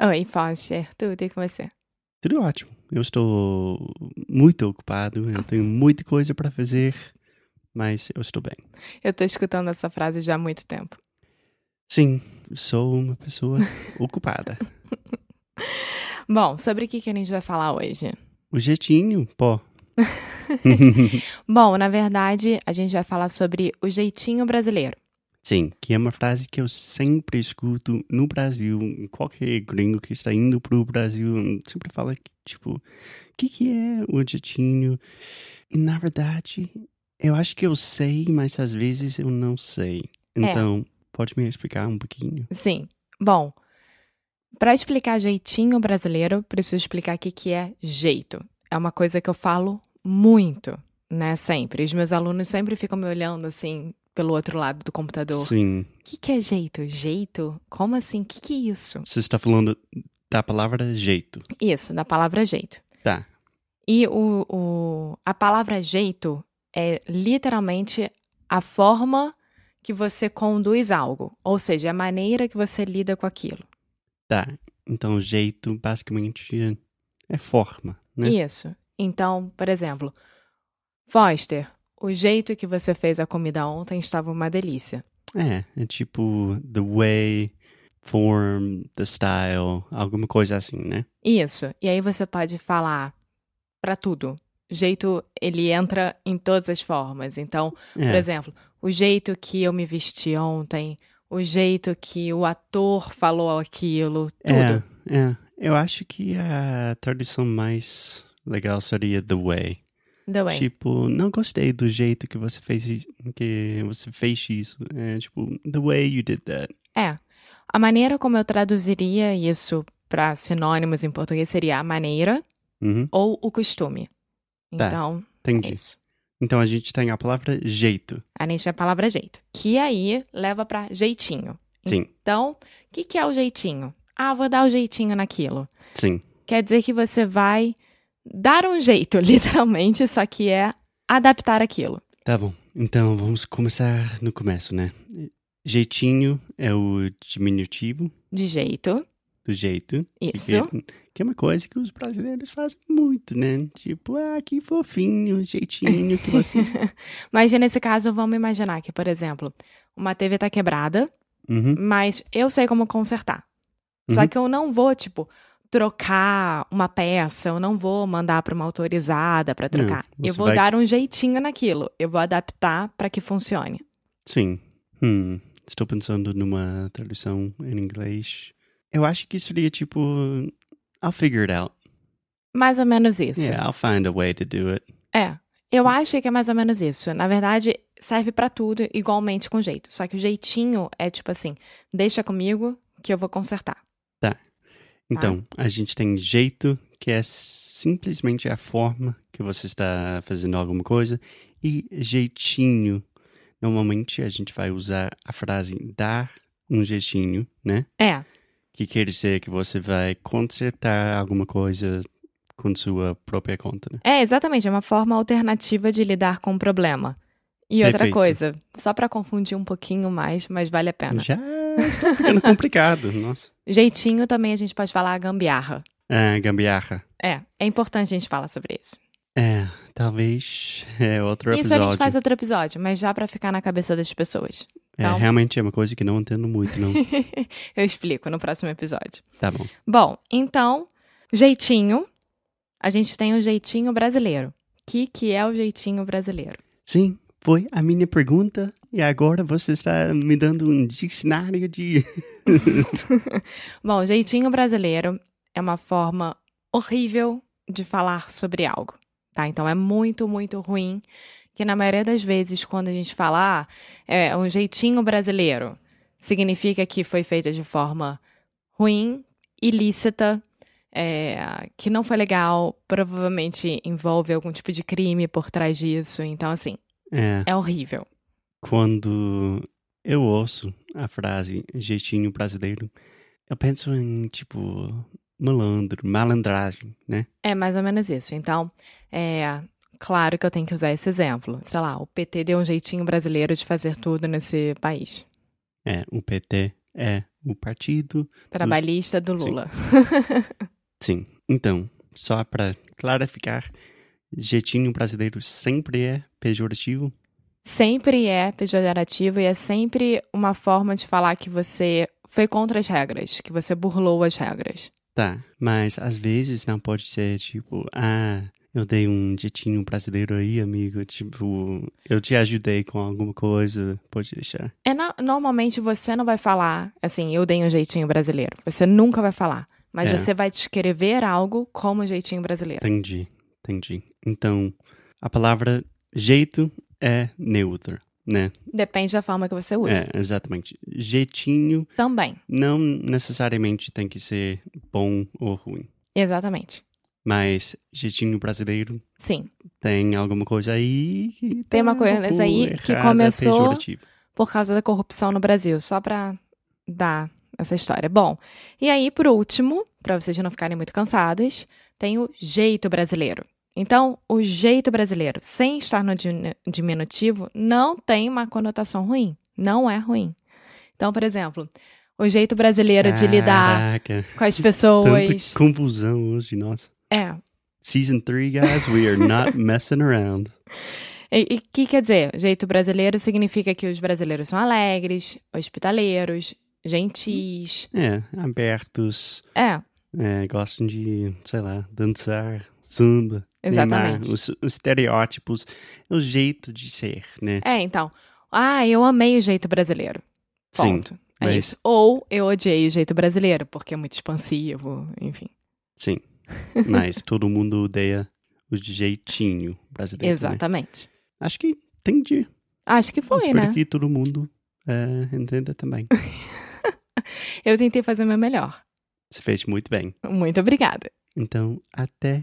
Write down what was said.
Oi, Foster, é tudo e com você? Tudo ótimo. Eu estou muito ocupado, eu tenho muita coisa para fazer, mas eu estou bem. Eu tô escutando essa frase já há muito tempo. Sim, sou uma pessoa ocupada. Bom, sobre o que que a gente vai falar hoje? O jeitinho, pô. Bom, na verdade, a gente vai falar sobre o jeitinho brasileiro. Sim, que é uma frase que eu sempre escuto no Brasil, em qualquer gringo que está indo pro Brasil, sempre fala que, tipo, o que, que é o jeitinho? E na verdade, eu acho que eu sei, mas às vezes eu não sei. Então, pode me explicar um pouquinho? Sim. Bom, para explicar jeitinho brasileiro, preciso explicar aqui que é jeito. É uma coisa que eu falo muito, né? Sempre. Os meus alunos sempre ficam me olhando assim pelo outro lado do computador. Sim. O que, que é jeito? Jeito? Como assim? O que, que é isso? Você está falando da palavra jeito. Isso, da palavra jeito. Tá. E o, o- a palavra jeito é literalmente a forma que você conduz algo, ou seja, a maneira que você lida com aquilo. Tá. Então, jeito basicamente é forma, né? Isso. Então, por exemplo, Foster, o jeito que você fez a comida ontem estava uma delícia. É, é tipo the way, form, the style, alguma coisa assim, né? Isso. E aí você pode falar pra tudo. Jeito, ele entra em todas as formas. Então, Por É, exemplo, o jeito que eu me vesti ontem, o jeito que o ator falou aquilo, tudo. é, é. Eu acho que a tradução mais legal seria the way. The way. Tipo, não gostei do jeito que você fez i- que você fez isso. É tipo, the way you did that. É. A maneira como eu traduziria isso para sinônimos em português seria a maneira Uhum, ou o costume. Tá, Então, é entendi. isso. Então a gente tem a palavra jeito. A gente tem a palavra jeito, que aí leva para jeitinho. Sim, Então, o que, que é o jeitinho? Ah, vou dar o jeitinho naquilo. sim. Quer dizer que você vai dar um jeito, literalmente, só que é adaptar aquilo. Tá bom. Então vamos começar no começo, né? Jeitinho é o diminutivo De jeito. do jeito. Isso. Que, que é uma coisa que os brasileiros fazem muito, né? Tipo, ah, que fofinho, jeitinho que você. Mas nesse caso, vamos imaginar que, por exemplo, uma TV tá quebrada, Uhum, mas eu sei como consertar. Só Uhum. que eu não vou, tipo, trocar uma peça, eu não vou mandar pra uma autorizada pra trocar. É, você eu vou vai- dar um jeitinho naquilo. Eu vou adaptar pra que funcione. Sim. Hum, estou pensando numa tradução em inglês. Eu acho que seria tipo. I'll figure it out. Mais ou menos isso. Yeah, I'll find a way to do it. É. Eu acho que é mais ou menos isso. Na verdade, serve pra tudo igualmente com jeito. Só que o jeitinho é tipo assim: deixa comigo que eu vou consertar. Tá. Então, a gente tem jeito, que é simplesmente a forma que você está fazendo alguma coisa, e jeitinho. Normalmente a gente vai usar a frase dar um jeitinho, né? É. que quer dizer que você vai consertar alguma coisa com sua própria conta, né? É, exatamente, é uma forma alternativa de lidar com o problema. E outra Perfeito. coisa, só pra confundir um pouquinho mais, mas vale a pena. Já está ficando complicado, nossa. Jeitinho também a gente pode falar gambiarra. Ah, gambiarra. É, é importante a gente falar sobre isso. É, talvez é outro Isso a episódio. gente faz outro episódio, mas já pra ficar na cabeça das pessoas. É, então. realmente é uma coisa que não entendo muito, não. Eu explico no próximo episódio. tá bom. Bom, então, jeitinho. A gente tem o jeitinho brasileiro. O que, que é o jeitinho brasileiro? Sim, foi a minha pergunta e agora você está me dando um dicionário de. Bom, jeitinho brasileiro é uma forma horrível de falar sobre algo, tá? Então é muito, muito ruim. Que na maioria das vezes, quando a gente fala, ah, é um jeitinho brasileiro, significa que foi feita de forma ruim, ilícita, é, que não foi legal, provavelmente envolve algum tipo de crime por trás disso. Então, assim, É, é horrível. quando eu ouço a frase jeitinho brasileiro, eu penso em, tipo, malandro, malandragem, né? É mais ou menos isso. Então, é claro que eu tenho que usar esse exemplo. Sei lá, o PT deu um jeitinho brasileiro de fazer tudo nesse país. É, o PT é o partido. Trabalhista do Sim. Lula. Sim, então, só para clarificar, jeitinho brasileiro sempre é pejorativo? Sempre é pejorativo e é sempre uma forma de falar que você foi contra as regras, que você burlou as regras. Tá, mas às vezes não pode ser tipo, ah, eu dei um jeitinho brasileiro aí, amigo, tipo, eu te ajudei com alguma coisa, pode deixar. É no- normalmente você não vai falar assim, eu dei um jeitinho brasileiro. Você nunca vai falar. Mas É. você vai descrever algo como jeitinho brasileiro. Entendi, entendi. Então, a palavra jeito é neutra, né? Depende da forma que você usa. É, exatamente. Jeitinho Também. não necessariamente tem que ser bom ou ruim, Exatamente. mas jeitinho brasileiro Sim. tem alguma coisa aí que Tem uma tá um coisa pouco aí que errada, começou- pejorativa. Por causa da corrupção no Brasil. Só pra dar essa história. Bom, e aí, por último, pra vocês não ficarem muito cansados, tem o jeito brasileiro. Então, o jeito brasileiro, sem estar no din- diminutivo, não tem uma conotação ruim. Não é ruim. Então, por exemplo, o jeito brasileiro de lidar Caraca. com as Tanta pessoas. confusão hoje, nossa. É. Season 3, guys, we are not messing around. E o que quer dizer? Jeito brasileiro significa que os brasileiros são alegres, hospitaleiros, gentis. É, abertos, É, é, gostam de, sei lá, dançar, samba. mimar, exatamente. Os, os estereótipos, o jeito de ser, né? É, então. Ah, eu amei o jeito brasileiro. Sim, Ponto. é mas- isso. Ou eu odiei o jeito brasileiro, porque é muito expansivo, enfim. Sim. Mas todo mundo odeia o jeitinho brasileiro. né? Exatamente. Acho que entendi. Acho que foi, Espero né? que todo mundo é, entenda também. Eu tentei fazer o meu melhor. Você fez muito bem. Muito obrigada. Então, até